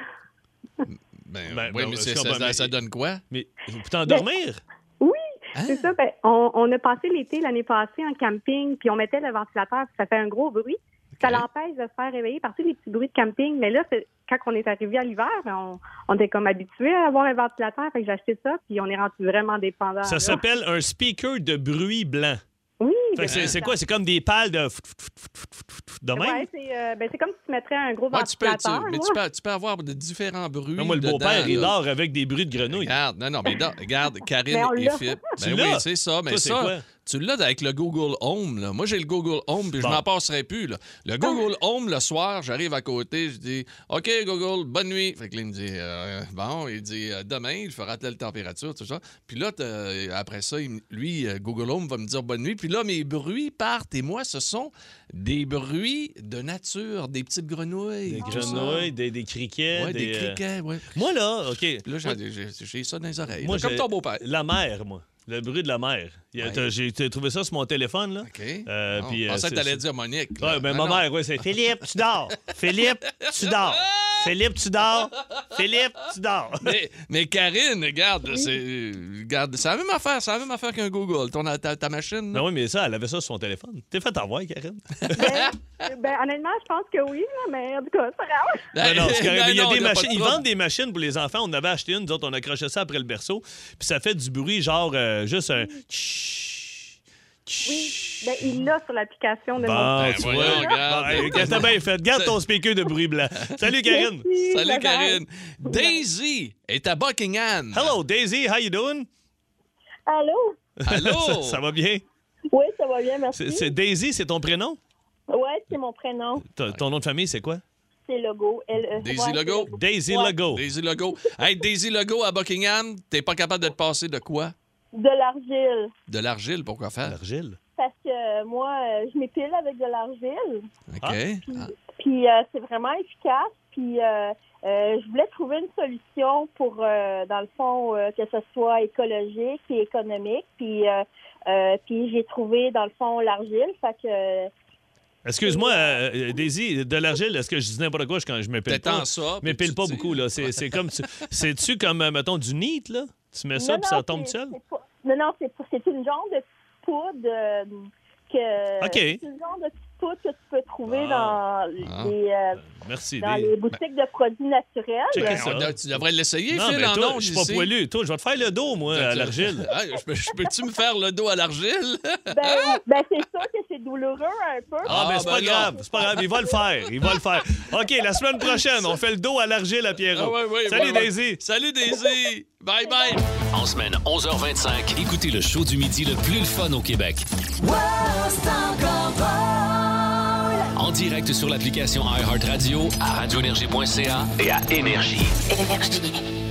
Ben, Ben, oui, ben, mais est-ce c'est- qu'on ça, va- ça- mais- ça donne quoi? Mais vous pouvez t'endormir? Oui, Hein? c'est ça. Ben, on, on a passé l'été l'année passée en camping, puis on mettait le ventilateur, puis ça fait un gros bruit. Ça Ok. l'empêche de se faire réveiller par tous les petits bruits de camping. Mais là, c'est- quand on est arrivé à l'hiver, ben, on, on était comme habitué à avoir un ventilateur. Fait que j'ai acheté ça, puis on est rendu vraiment dépendant. Ça ah, là. s'appelle un speaker de bruit blanc. Oui. Fait que c'est- ben, c'est quoi? C'est comme des pales de. fout, fout, fout, fout, fout, fout, fout, De même? Ouais, c'est euh, ben, c'est comme si tu mettrais un gros Ouais, tu peux, tu- ventilateur. mais là. tu peux, tu peux avoir de différents bruits. Non, Ben, moi, le dedans, beau-père, il là. dort avec des bruits de grenouilles. Regarde, non, non, mais non, regarde, Karine Mais on et l'a. Philippe. Tu Ben l'as? oui, c'est ça. Mais Toi, c'est ça, quoi? Tu l'as avec le Google Home. Là. Moi, j'ai le Google Home, puis Bon. je m'en passerai plus. Là. Le Google Home, le soir, j'arrive à côté, je dis OK, Google, bonne nuit. Fait que là, il me dit Euh, Bon, il dit euh, Demain, il fera telle température, tout ça. Puis là, t'as- euh, après ça, il me- lui, euh, Google Home va me dire bonne nuit. Puis là, mes bruits partent. Et moi, ce sont des bruits de nature, des petites grenouilles. Des tout ça. grenouilles, des, des criquets. Ouais, des, euh, criquets, ouais. Moi, là, OK. Puis là, j'en- j'ai j'ai ça dans les oreilles. Moi, là, comme j'ai- ton beau-père. La mer, moi. Le bruit de la mer. Il y a- Ouais. t'as- J'ai t'as trouvé ça sur mon téléphone, là. OK. Euh, Bon, puis, je euh, pensais que c'est- t'allais c'est- dire Monique. là. Ouais, ben, Ah, ma non. mère, ouais, c'est. Philippe, tu dors. Philippe, tu dors. Philippe, tu dors. Philippe, tu dors. Mais, mais Karine, regarde, c'est regarde, c'est la même affaire, c'est la même affaire qu'un Google, ton, ta, ta machine. Non, oui, Ben, mais ça, elle avait ça sur son téléphone. T'es fait avoir, Karine. Ben, ben, honnêtement, je pense que oui, là, mais en tout cas, c'est pas grave. Non, non, c'est correct. Mais il y Ben a non, des t'as pas de machines. Ils trouble. vendent des machines pour les enfants. On en avait acheté une, nous autres, on accrochait ça après le berceau. Puis ça fait du bruit, genre euh, juste un. tch, tch. Oui, ben, il l'a sur l'application de mon Bon, Ben, tu voyons, vois. regarde. Bon, hey, regarde, t'as bien fait. Garde ton speaker de bruit blanc. Salut, Karine. Merci, Salut bye-bye. Karine. Daisy est à Buckingham. Hello, Daisy. How you doing? Allô? Allô? ça, ça va bien? Oui, ça va bien, merci. C'est- c'est Daisy, c'est ton prénom? Ouais, c'est mon prénom. Ton- ton nom de famille, c'est quoi? C'est Logo. L -E Daisy Legault. Daisy Ouais. Legault. Daisy Legault. Hey, Daisy Legault à Buckingham, t'es pas capable de te passer de quoi? De l'argile. De l'argile, pourquoi faire? L'argile. Parce que moi, euh, je m'épile avec de l'argile. OK. Ah. Ah. Puis euh, c'est vraiment efficace. Puis euh, euh, je voulais trouver une solution pour, euh, dans le fond, euh, que ce soit écologique et économique. Puis, euh, euh, puis j'ai trouvé, dans le fond, l'argile. Fait que euh, Excuse-moi, euh, euh, Daisy, de l'argile, est-ce que je dis n'importe quoi quand je m'épile pas? T'étends ça. Je m'épile puis pas tu- beaucoup, là. C'est c'est comme... tu- C'est-tu comme, euh, mettons, du neat, là? Tu mets ça, Non, puis non, ça tombe c'est- seul? c'est pas- Non, non, c'est pas- c'est une genre de poudre euh, que. OK. C'est une genre de petite poudre que tu peux trouver Ah. dans, Ah. les, euh, Merci, dans Daisy. les boutiques de produits naturels. Checker Ben, ça. on a- tu devrais l'essayer, Non, Phil, mais en toi, ondes je suis pas ici. poilu. Toi, je vais te faire le dos, moi, Euh, à l'argile. Ah, je peux- je Peux-tu me faire le dos à l'argile? Ben, ben, c'est sûr que c'est douloureux un peu. Ah, Ah, mais c'est ben pas non. grave. C'est pas grave. Il va le faire. Il va le faire. OK, la semaine prochaine, on fait le dos à l'argile à Pierrot. Ah, ouais, ouais, Salut, ouais, ouais. Daisy. Salut Daisy! Bye bye! En semaine 11h25, écoutez le show du midi le plus le fun au Québec. En direct sur l'application iHeartRadio, à radioénergie.ca et à Énergie.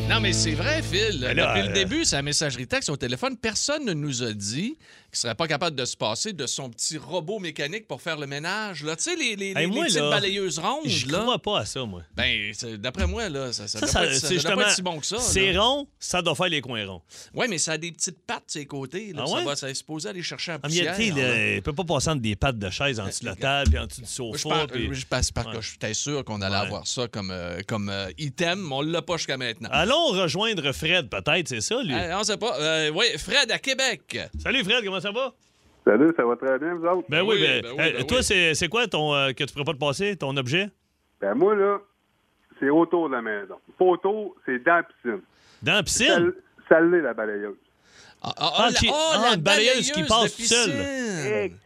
Non, mais c'est vrai, Phil. là, Depuis euh, le début, sa messagerie texte au téléphone, personne ne nous a dit qu'il serait pas capable de se passer de son petit robot mécanique pour faire le ménage. Là, tu sais, les, les, les moi, petites là, balayeuses rondes, Je là. crois pas à ça, moi. Ben, c'est- d'après moi, là, ça, ça, Ça, doit ça, pas être- ça c'est doit pas justement. être si bon que ça. c'est rond, ça doit faire les coins ronds. Oui, mais ça a des petites pattes de ses côtés. Là, Ah ça, ouais? va, ça est supposé aller chercher à En vieille, poussière. tu sais, là. là, il peut pas passer entre des pattes de chaise en dessous de la table, puis en dessous du Moi, Je, sofa. pense, euh, puis- je pense parce que Ouais. j'étais sûr qu'on allait Ouais. avoir ça comme, euh, comme euh, item, mais on l'a pas jusqu'à maintenant. Allons rejoindre Fred, peut-être, c'est ça, lui. Euh, on sait pas. Euh, oui, Fred à Québec. Salut, Fred, comment ça va? Salut, ça va très bien, vous autres? Ben oui, Oui, ben, ben oui, euh, ben toi, oui. c'est c'est quoi ton euh, que tu pourrais pas te passer, ton objet? Ben moi, là, c'est autour de la maison. Pas autour, c'est dans la piscine. Dans la piscine? Sal- Salée, la balayeuse. Ah, ah, Ah, la- qui- oh, ah, la une balayeuse qui de passe toute seule. piscine.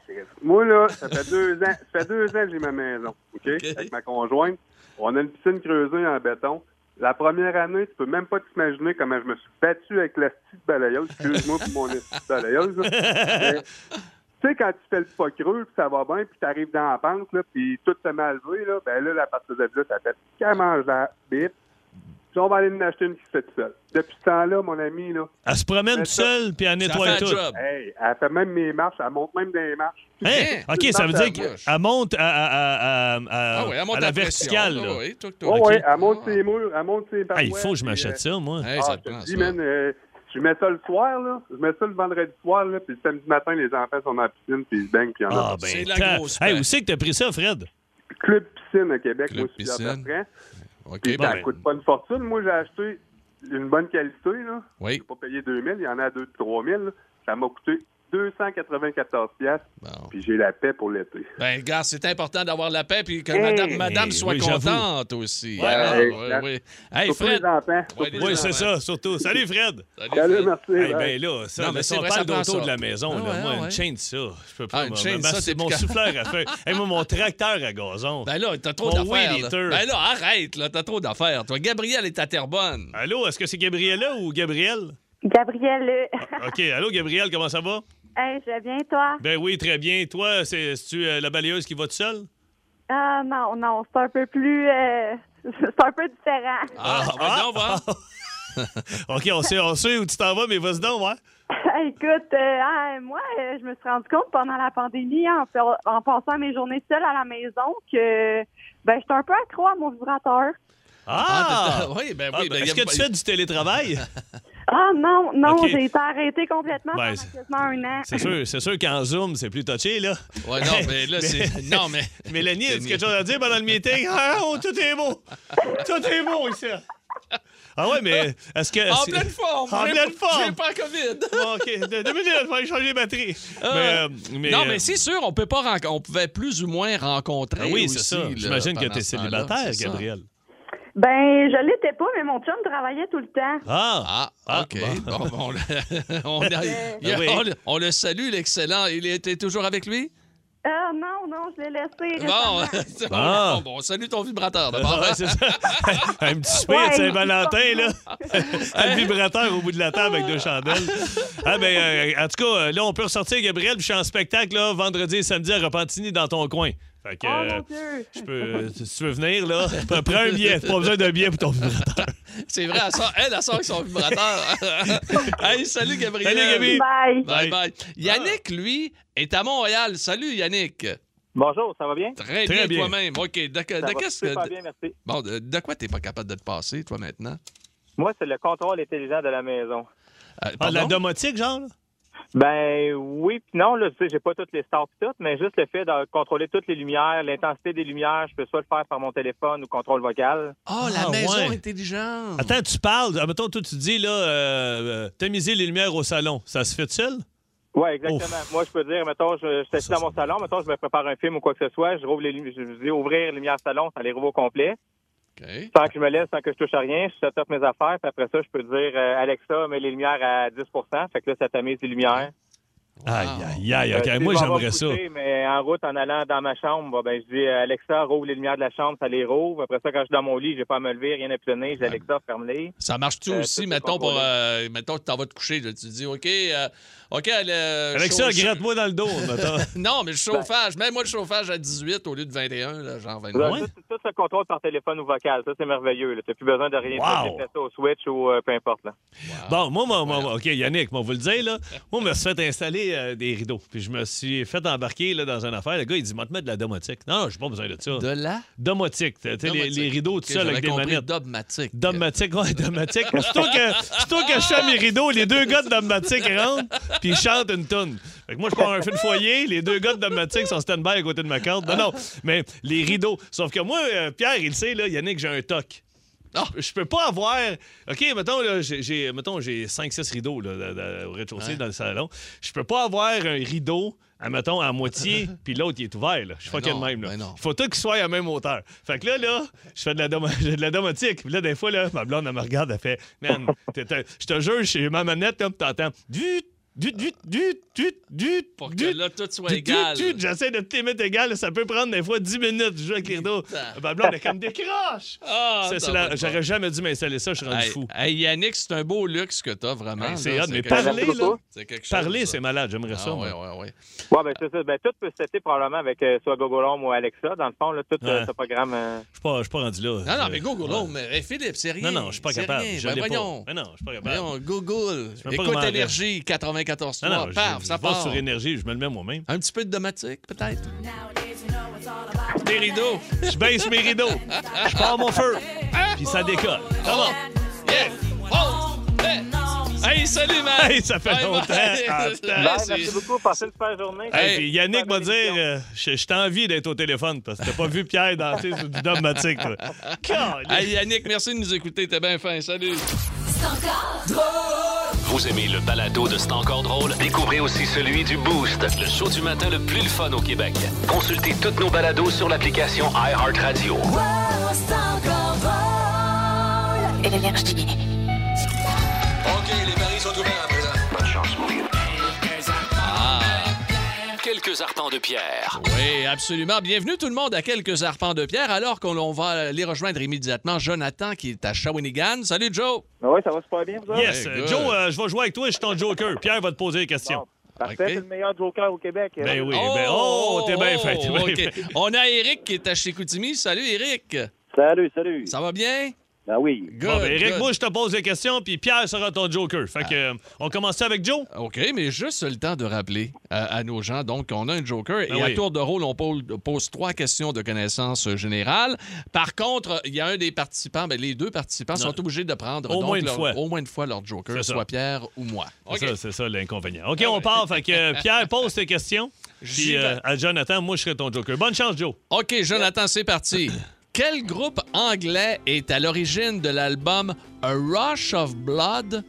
Moi, là, ça fait deux ans, ça fait deux ans que j'ai ma maison, OK? Avec ma conjointe. On a une piscine creusée en béton. La première année, tu peux même pas t'imaginer comment je me suis battu avec la petite balayeuse. Excuse-moi pour mon petite balayeuse. là. Mais, Tu sais, quand tu fais le pas creux, puis ça va bien, puis t'arrives dans la pente, là, puis tout se met à lever, là, ben là, la partie de là, ça fait qu'elle mange la bite. Puis on va aller en acheter une qui se fait toute seule. Depuis ce temps-là, mon ami, là, Elle se promène Mais ça- seule, puis elle Ça fait nettoie un tout. job. hey, elle fait même mes marches, elle monte même dans les marches. Hein? Hein? OK, ça veut Ça dire bouge. qu'elle monte à, à- à- à- à- Ah oui, elle monte à la la pression. verticale. Ah là. oui, toc, toc. Oh, Ok. ouais, elle monte ses murs, elle monte ses Ah, parois. il faut que je puis, m'achète euh, ça, moi. Hey, Ah, ça je te te prend, dis, ça. man, euh, je mets ça le soir, là. Je mets ça le vendredi soir, là, puis le samedi matin, les enfants sont dans la piscine, puis ils se baignent, puis il y en a. Ah, C'est ben, la t'as- grosse hey, paix. où c'est que t'as pris ça, Fred? Club piscine à Québec, Club moi, je suis à piscine. Bertrand. OK, Bon, Ça bon, ben- coûte pas une fortune. Moi, j'ai acheté une bonne qualité, là. oui. J'ai pas payé 2000, il y en a à 2 3000, là. Ça m'a coûté 294 piastres, Bon. puis j'ai la paix pour l'été. Ben, gars, c'est important d'avoir la paix puis que Hey. madame, madame Hey, soit oui, j'avoue. contente aussi. Ouais, Ah, ouais. ouais, ouais. Hey, Surtout Fred. les enfants. Ouais, les Surtout- Oui, gens, c'est ouais. ça, surtout. Salut, Fred. Salut, hein. Salut, Fred. merci. Eh bye. ben là, ça, hein. Non, mais mais si c'est on vrai, parle ça prend d'auto ça. de la maison, Ah là, ouais, moi, ah une ouais. chaîne, ça. Je peux pas. Ah, une moi, chaîne, ma- ça, c'est t'es mon plus souffleur à feu. Eh, moi, mon tracteur à gazon. Ben là, t'as trop Mon d'affaires. weed là. eater. Ben là, arrête, là, t'as trop d'affaires. Toi, Gabriel est à Terrebonne. Allô, est-ce que c'est Gabriella ou Gabriel? Gabrielle, OK, allô, Gabriel, comment ça va? euh, Hey, je viens, toi? Ben oui, très bien. Toi, c'est- c'est-tu euh, la balayeuse qui va toute seule? Ah, non, non, c'est un peu plus. euh, c'est un peu différent. Ah, vas-y, on va. ah. OK, on sait, on sait où tu t'en vas, mais vas-y donc, ouais. Écoute, euh, ah, moi, euh, je me suis rendu compte pendant la pandémie, hein, en, fa- en passant mes journées seules à la maison, que ben, j'étais un peu accro à mon vibrateur. Ah, Ah! t'as- oui, ben Ah, oui. ben, ben, y Est-ce a- que tu fais du télétravail? Ah non, non, Ok. j'ai été arrêtée complètement Ben, pendant c'est- quasiment un an. C'est sûr, c'est sûr qu'en Zoom, c'est plus touché, là. Ouais, non, mais là, c'est. Non, mais. Mélanie, as-tu Denis. quelque chose à dire pendant le meeting? Ah, oh, tout est beau! Tout est beau ici! Ah ouais, mais est-ce que. En c'est- pleine forme! En j'ai- pleine J'ai forme! pas COVID! Bon, OK, deux deux minutes, il faut changer les batteries. Euh, Mais, euh, non, euh, mais c'est sûr, on peut pas renco- on pouvait plus ou moins rencontrer. ah oui, aussi, c'est ça. là, J'imagine que pendant t'es ce temps-là, célibataire, c'est ça. Gabriel. Ben, je l'étais pas, mais mon chum travaillait tout le temps. Ah! Ah, Ah, OK. bon. Bon, bon, on, le- on a- il y a- Ah oui. on le- on le salue, l'excellent. Il était toujours avec lui? Ah non, non, je l'ai laissé. récemment. Bon, c'est bon, Ah. bon, bon, on salue ton vibrateur d'abord. Ah ouais, c'est ça. un petit souper Ouais, à Saint-Valentin, là. un Hein? vibrateur au bout de la table avec deux chandelles. Ah, ben, euh, en tout cas, euh, là, on peut ressortir, Gabriel, puis je suis en spectacle, là, vendredi et samedi à Repentigny dans ton coin. Fait que, Oh euh, mon Dieu! je peux, euh, si tu veux venir, là, pre- prends un billet. Pas besoin d'un billet pour ton vibrateur. c'est vrai, elle sort, elle, elle sort avec son vibrateur. hey, salut, Gabriel. Salut, Gabi. Bye! Bye, bye. Yannick, Ah. lui, est à Montréal. Salut, Yannick. Bonjour, ça va bien? Très, Très bien, bien. toi-même. OK. De, que- Ça de va qu'est-ce que- super bien, merci. bon, de, de quoi t'es pas capable de te passer, toi, maintenant? Moi, c'est le contrôle intelligent de la maison. Euh, Ah, de la pardon? domotique, genre? là? Ben oui, puis non, là, tu sais, j'ai pas toutes les stars pis tout, mais juste le fait de contrôler toutes les lumières, l'intensité des lumières, je peux soit le faire par mon téléphone ou contrôle vocal. Ah, la Ah, maison ouais. intelligente. Attends, tu parles. Admettons, toi, tu dis, là, euh, euh, tamiser les lumières au salon. Ça se fait seul? Ouais, exactement. Moi, je peux dire, mettons, je, je suis assis Ça, dans mon salon, mettons, je me prépare un film ou quoi que ce soit, je rouvre les lumi- je dis ouvrir les lumières salon, ça les rouvre au complet. OK. Tant que je me laisse, tant que je touche à rien, je set up mes affaires, puis après ça, je peux dire euh, Alexa, mets les lumières à 10 fait que là, ça tamise les lumières. Aïe, aïe, aïe. Euh, OK, si moi, je m'en vais j'aimerais me ça. coucher, Mais en route, en allant dans ma chambre, ben, je dis euh, Alexa, rouvre les lumières de la chambre, ça les rouvre. Après ça, quand je suis dans mon lit, j'ai pas à me lever, rien à pitonner. Je dis Alexa, ferme-les. Ça marche-tu Euh, aussi, tout est mettons, pour, contrôlé. euh, mettons, tu t'en vas te coucher, là, tu dis, OK, euh, OK, le Avec ça, chauff- gratte-moi dans le dos. mettons. Non, Ben. mais le chauffage, mets-moi le chauffage à 18 au lieu de 21, là, genre 22. Là, tout, tout se contrôle par téléphone ou vocal. Ça, c'est merveilleux. Tu n'as plus besoin de rien Wow. faire. Tu fais ça au Switch ou euh, peu importe. Là. Ah. Bon, moi, moi, moi, OK, Yannick, moi, vous le dire, là, moi, je me suis fait installer euh, des rideaux. Puis je me suis fait embarquer là, dans une affaire. Le gars, il dit, moi, te mettre de la domotique. Non, non, j'ai pas besoin de ça. De là? Domotique, tu sais, les, les rideaux OK, tout seul j'avais avec des compris, manettes. Dogmatique. Domotique, ouais, domotique. Plutôt que, plutôt que je fais mes rideaux, les deux gars de domotique rentrent, puis ils chantent une tonne. Fait que moi, je prends un feu de foyer, les deux gars de domotique sont stand-by à côté de ma carte. Non, non, mais les rideaux. Sauf que moi, euh, Pierre, il sait, là, Yannick, j'ai un toc. Ah. Je peux pas avoir. OK, mettons, là, j'ai- j'ai, mettons, j'ai 5-6 rideaux là, da- da- au rez-de-chaussée Hein? dans le salon. Je peux pas avoir un rideau, à, mettons, à moitié, puis l'autre, il est ouvert. Là. Je suis Ben fucking non, même. Là. ben non. Faut tout qu'ils soient à la même hauteur. Fait que là, là, je fais de la, domo- j'ai de la domotique. Puis là, des fois, là, ma blonde, elle me regarde, elle fait Man, t'es un- je te jure, chez ma manette, là, puis t'entends du, du, du, du, du, du, Pour que du, là, tout soit du, égal. du, du. J'essaie de te les mettre égal. Ça peut prendre des fois 10 minutes de jouer avec les rideaux. Putain. Ma blonde, elle est comme décroche. Ah, Ça, t'as c'est pas la- de J'aurais jamais dû m'installer ça, je suis bon. rendu Hey, fou. hey, Yannick, c'est un beau luxe que t'as, vraiment. Hey, c'est là, hot, mais quelque parler, chose. là. C'est quelque chose, Parler, ça. c'est malade, j'aimerais ça. Ah, moi. ouais, ouais, ouais. Ouais, ben, c'est ça. Ben, tout peut se setter probablement avec euh, soit Google Home ou Alexa. Dans le fond, là, tout euh, Ouais. ce programme. euh, Je suis pas- je suis pas rendu là. Non, non, Je- mais Google, Ouais. non, mais hey, Philippe, c'est rien. Non, non, je suis pas c'est capable. rien. Je Ben, l'ai pas. voyons. Mais non, je suis pas capable. Voyons, Google. sais même pas Écoute comment dire. Énergie, 94 Non, non, je- paf, je ça vais part. sur énergie, je me le mets moi-même. Un petit peu de domatique, peut-être. Des rideaux. Je baisse mes rideaux, je pars mon feu, Ah, puis ça décolle. Comment? Yeah. Oh, yeah. Hey, salut, man. Hey, ça fait Bye, longtemps. Ah, bye. Attends. bye, Hey, c'est- Ben, merci beaucoup. Passez une super journée. Hey, Hey, puis Yannick m'a bonne dire, émission. euh, je, je t'envie d'être au téléphone parce que t'as pas vu Pierre danser sur du dogmatique, toi. Caliste. Hey, Yannick, merci de nous écouter. T'es bien fin. Salut. Vous aimez le balado de C'est encore drôle? Découvrez aussi celui du Boost, le show du matin le plus le fun au Québec. Consultez toutes nos balados sur l'application iHeartRadio. OK, les paris sont ouverts à présent. Bonne chance, mon vieux. Quelques arpents de pierre. Oui, absolument. Bienvenue tout le monde à quelques arpents de pierre, alors qu'on on va les rejoindre immédiatement. Jonathan, qui est à Shawinigan. Salut, Joe. Ben Oui, ça va super bien, vous autres? euh, Yes, Hey, euh, good. Joe, euh, je vais jouer avec toi, je suis ton joker. Pierre va te poser des questions. Parfait, c'est le meilleur joker au Québec. Ben oui, ben oh, t'es bien fait, t'es bien OK. fait. On a Eric qui est à Chicoutimi. Salut, Eric. Salut, salut. Ça va bien? Ben oui. Good, bon, ben, Eric, good. Ah. moi, je te pose des questions, puis Pierre sera ton joker. Fait que, euh, on commence ça avec Joe? OK, mais juste le temps de rappeler à, à nos gens donc qu'on a un joker Ben et oui. à tour de rôle, on pose, pose trois questions de connaissance générale. Par contre, il y a un des participants, ben, les deux participants Non. sont obligés de prendre Au donc, moins une leur- fois. au moins une fois leur joker, C'est ça. soit Pierre ou moi. C'est OK. Ah ça, c'est ça l'inconvénient. OK, on part. Fait que, euh, Pierre, pose tes questions. Puis, J'y vais. euh, à Jonathan, moi, je serai ton joker. Bonne chance, Joe. OK, Jonathan, c'est parti. Quel groupe anglais est à l'origine de l'album A Rush of Blood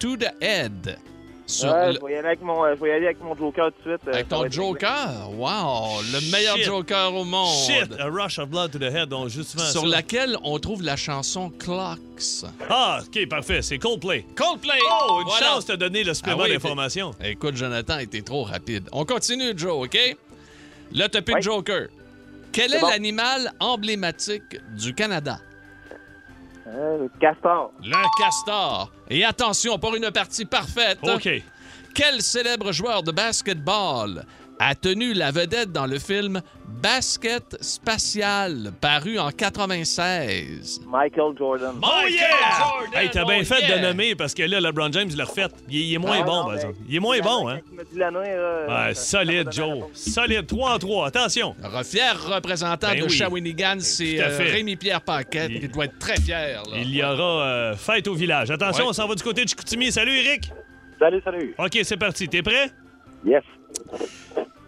to the Head? Sur Ouais, le- je, vais y aller avec mon, euh, je vais y aller avec mon Joker tout de suite. euh, Avec ça va ton être- Joker? Wow! Le meilleur Shit. Joker au monde! Shit, a rush of blood to the head. Donc, justement, Sur ça. laquelle on trouve la chanson Clocks. Ah, OK, parfait. C'est Coldplay. Coldplay! Oh, une Voilà. chance de donner le supplément Ah oui, d'information. Écoute, Jonathan, était trop rapide. On continue, Joe, OK? Là, t'as plus de Joker. Quel est, C'est bon. l'animal emblématique du Canada? Euh, le Castor. Le castor. Et attention pour une partie parfaite. OK. Quel célèbre joueur de basketball a tenu la vedette dans le film Basket spatial, paru en 96? Michael Jordan. Oh yeah! Jordan, hey, t'as oh bien fait yeah! de nommer parce que là, LeBron James l'a refait. Il, est- il est moins Ah, bon, non, par mais- exemple. Il est moins bon, hein? Il m'a dit l'année, euh, Ouais, ça- solide, ça m'a donné Joe. Solide. 3 en 3. Attention. Alors, fier représentant Ben de oui. Shawinigan, c'est Tout à euh, fait. Rémi-Pierre Paquette qui doit être très fier. Ah, là. Il y aura euh, fête au village. Attention, Ouais. on s'en va du côté de Chicoutimi. Salut, Eric. Salut, salut. OK, c'est parti. T'es prêt? Yes.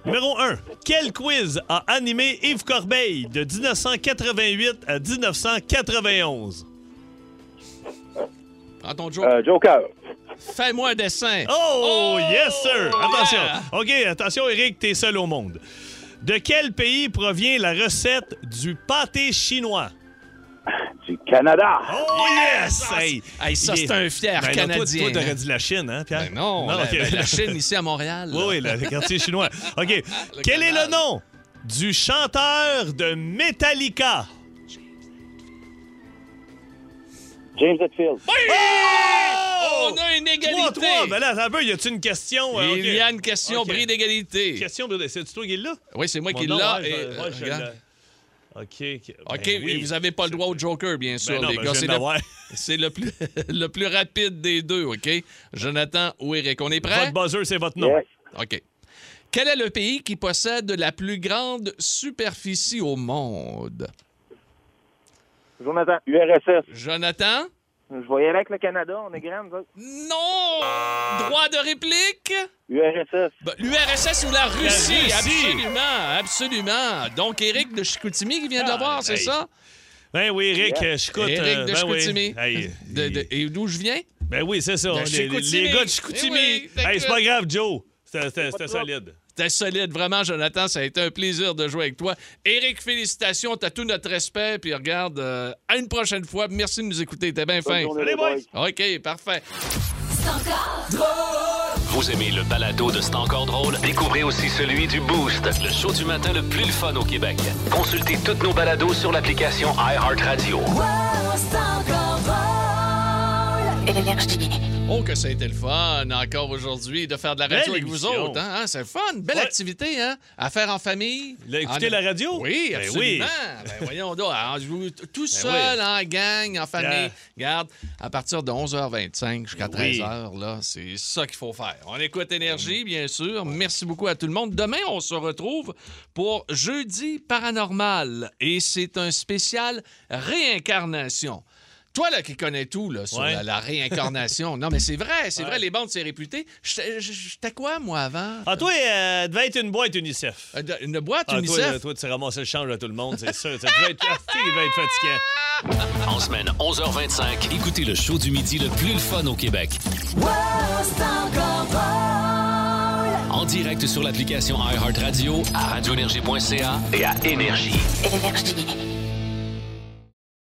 Numéro 1. Quel quiz a animé Yves Corbeil de 1988 à 1991? Prends ton Joe. Euh, Joker. Fais-moi un dessin. Oh, Oh, yes, sir! Attention. yeah. OK, attention, Eric, t'es seul au monde. De quel pays provient la recette du pâté chinois? Du Canada. Oh, yes! Ah, Hey, c'est- hey, ça, il est- c'est un fier Ben non, toi- Canadien. Toi, hein. t'aurais dit la Chine, hein, Pierre? Ben non, la, OK. ben, la Chine ici à Montréal. Oui, oui, le le quartier chinois. OK. Quel est le canal. nom du chanteur de Metallica? James Hetfield. Oh! On a une égalité. 3-3. Ben là, attends un peu, y a-tu une question? euh, Il OK. y a une question Ok. bris d'égalité. Question, Bruno, c'est-tu toi qui est là? Oui, c'est moi Mon qui l'ai. nom, là. ouais, je- ouais, je regarde. l'ai. OK. que- OK, ben oui. vous n'avez pas le droit au Joker, bien sûr, Ben non, les ben, gars. je C'est viens de le, l'avoir. c'est le plus, le plus rapide des deux, OK? Jonathan ou Eric, on est prêts? Votre buzzer, c'est votre nom. Yes. OK. Quel est le pays qui possède la plus grande superficie au monde? Jonathan, URSS. Jonathan? je vais y aller avec le Canada, on est grand, nous autres. Non! Droit de réplique? URSS. Ben, L'URSS ou la Russie, Russie. absolument, absolument. Donc, Eric de Chicoutimi qui vient de l'avoir, Ah, c'est hey. ça? Ben oui, Eric, euh, j'écoute. Eric euh, de ben oui. Chicoutimi. Hey, De- de- et d'où je viens? Ben oui, c'est ça. De on- les, les- Chicoutimi. les gars de Eh Chicoutimi. oui, fait hey, que- c'est pas grave, Joe. C'était- C'était Pas c'était de trouble. solide. T'es solide, vraiment, Jonathan. Ça a été un plaisir de jouer avec toi. Eric, félicitations. T'as tout notre respect. Puis regarde, euh, à une prochaine fois. Merci de nous écouter. T'es bien fin. journée, Allez, les boys. boys. OK, parfait. Vous aimez le balado de C'est encore drôle? Découvrez aussi celui du Boost, le show du matin le plus le fun au Québec. Consultez toutes nos balados sur l'application iHeartRadio. Oh, que ça a été le fun encore aujourd'hui de faire de la Belle radio avec vous émission. autres. Hein? Hein, C'est le fun. Belle Ouais. activité, hein? À faire en famille. Là, écouter En- la radio? Oui, Ben absolument. oui. Ben Ben, voyons donc. Alors, je vous- t- tout seul, oui. en gang, en famille. Ah. Regarde, à partir de 11h25 jusqu'à Ben Oui. 13h, là, c'est ça qu'il faut faire. On écoute Ben Énergie, bien sûr. Merci beaucoup à tout le monde. Demain, on se retrouve pour Jeudi Paranormal. Et c'est un spécial réincarnation. Toi, là, qui connais tout là, sur Ouais. la, la réincarnation. non, mais c'est vrai, c'est Ouais. vrai, les bandes, c'est réputé. J'étais j'étais quoi, moi, avant? Ah, toi, euh, devait être une boîte UNICEF. Euh, de- Une boîte, Ah, une toi, euh, toi, tu ramassais le change à tout le monde, c'est sûr. Ça devait être, Ah, si, il devait être fatigant. En semaine, 11h25, écoutez le show du midi le plus le fun au Québec. En direct sur l'application iHeartRadio, à radioénergie.ca et à Énergie.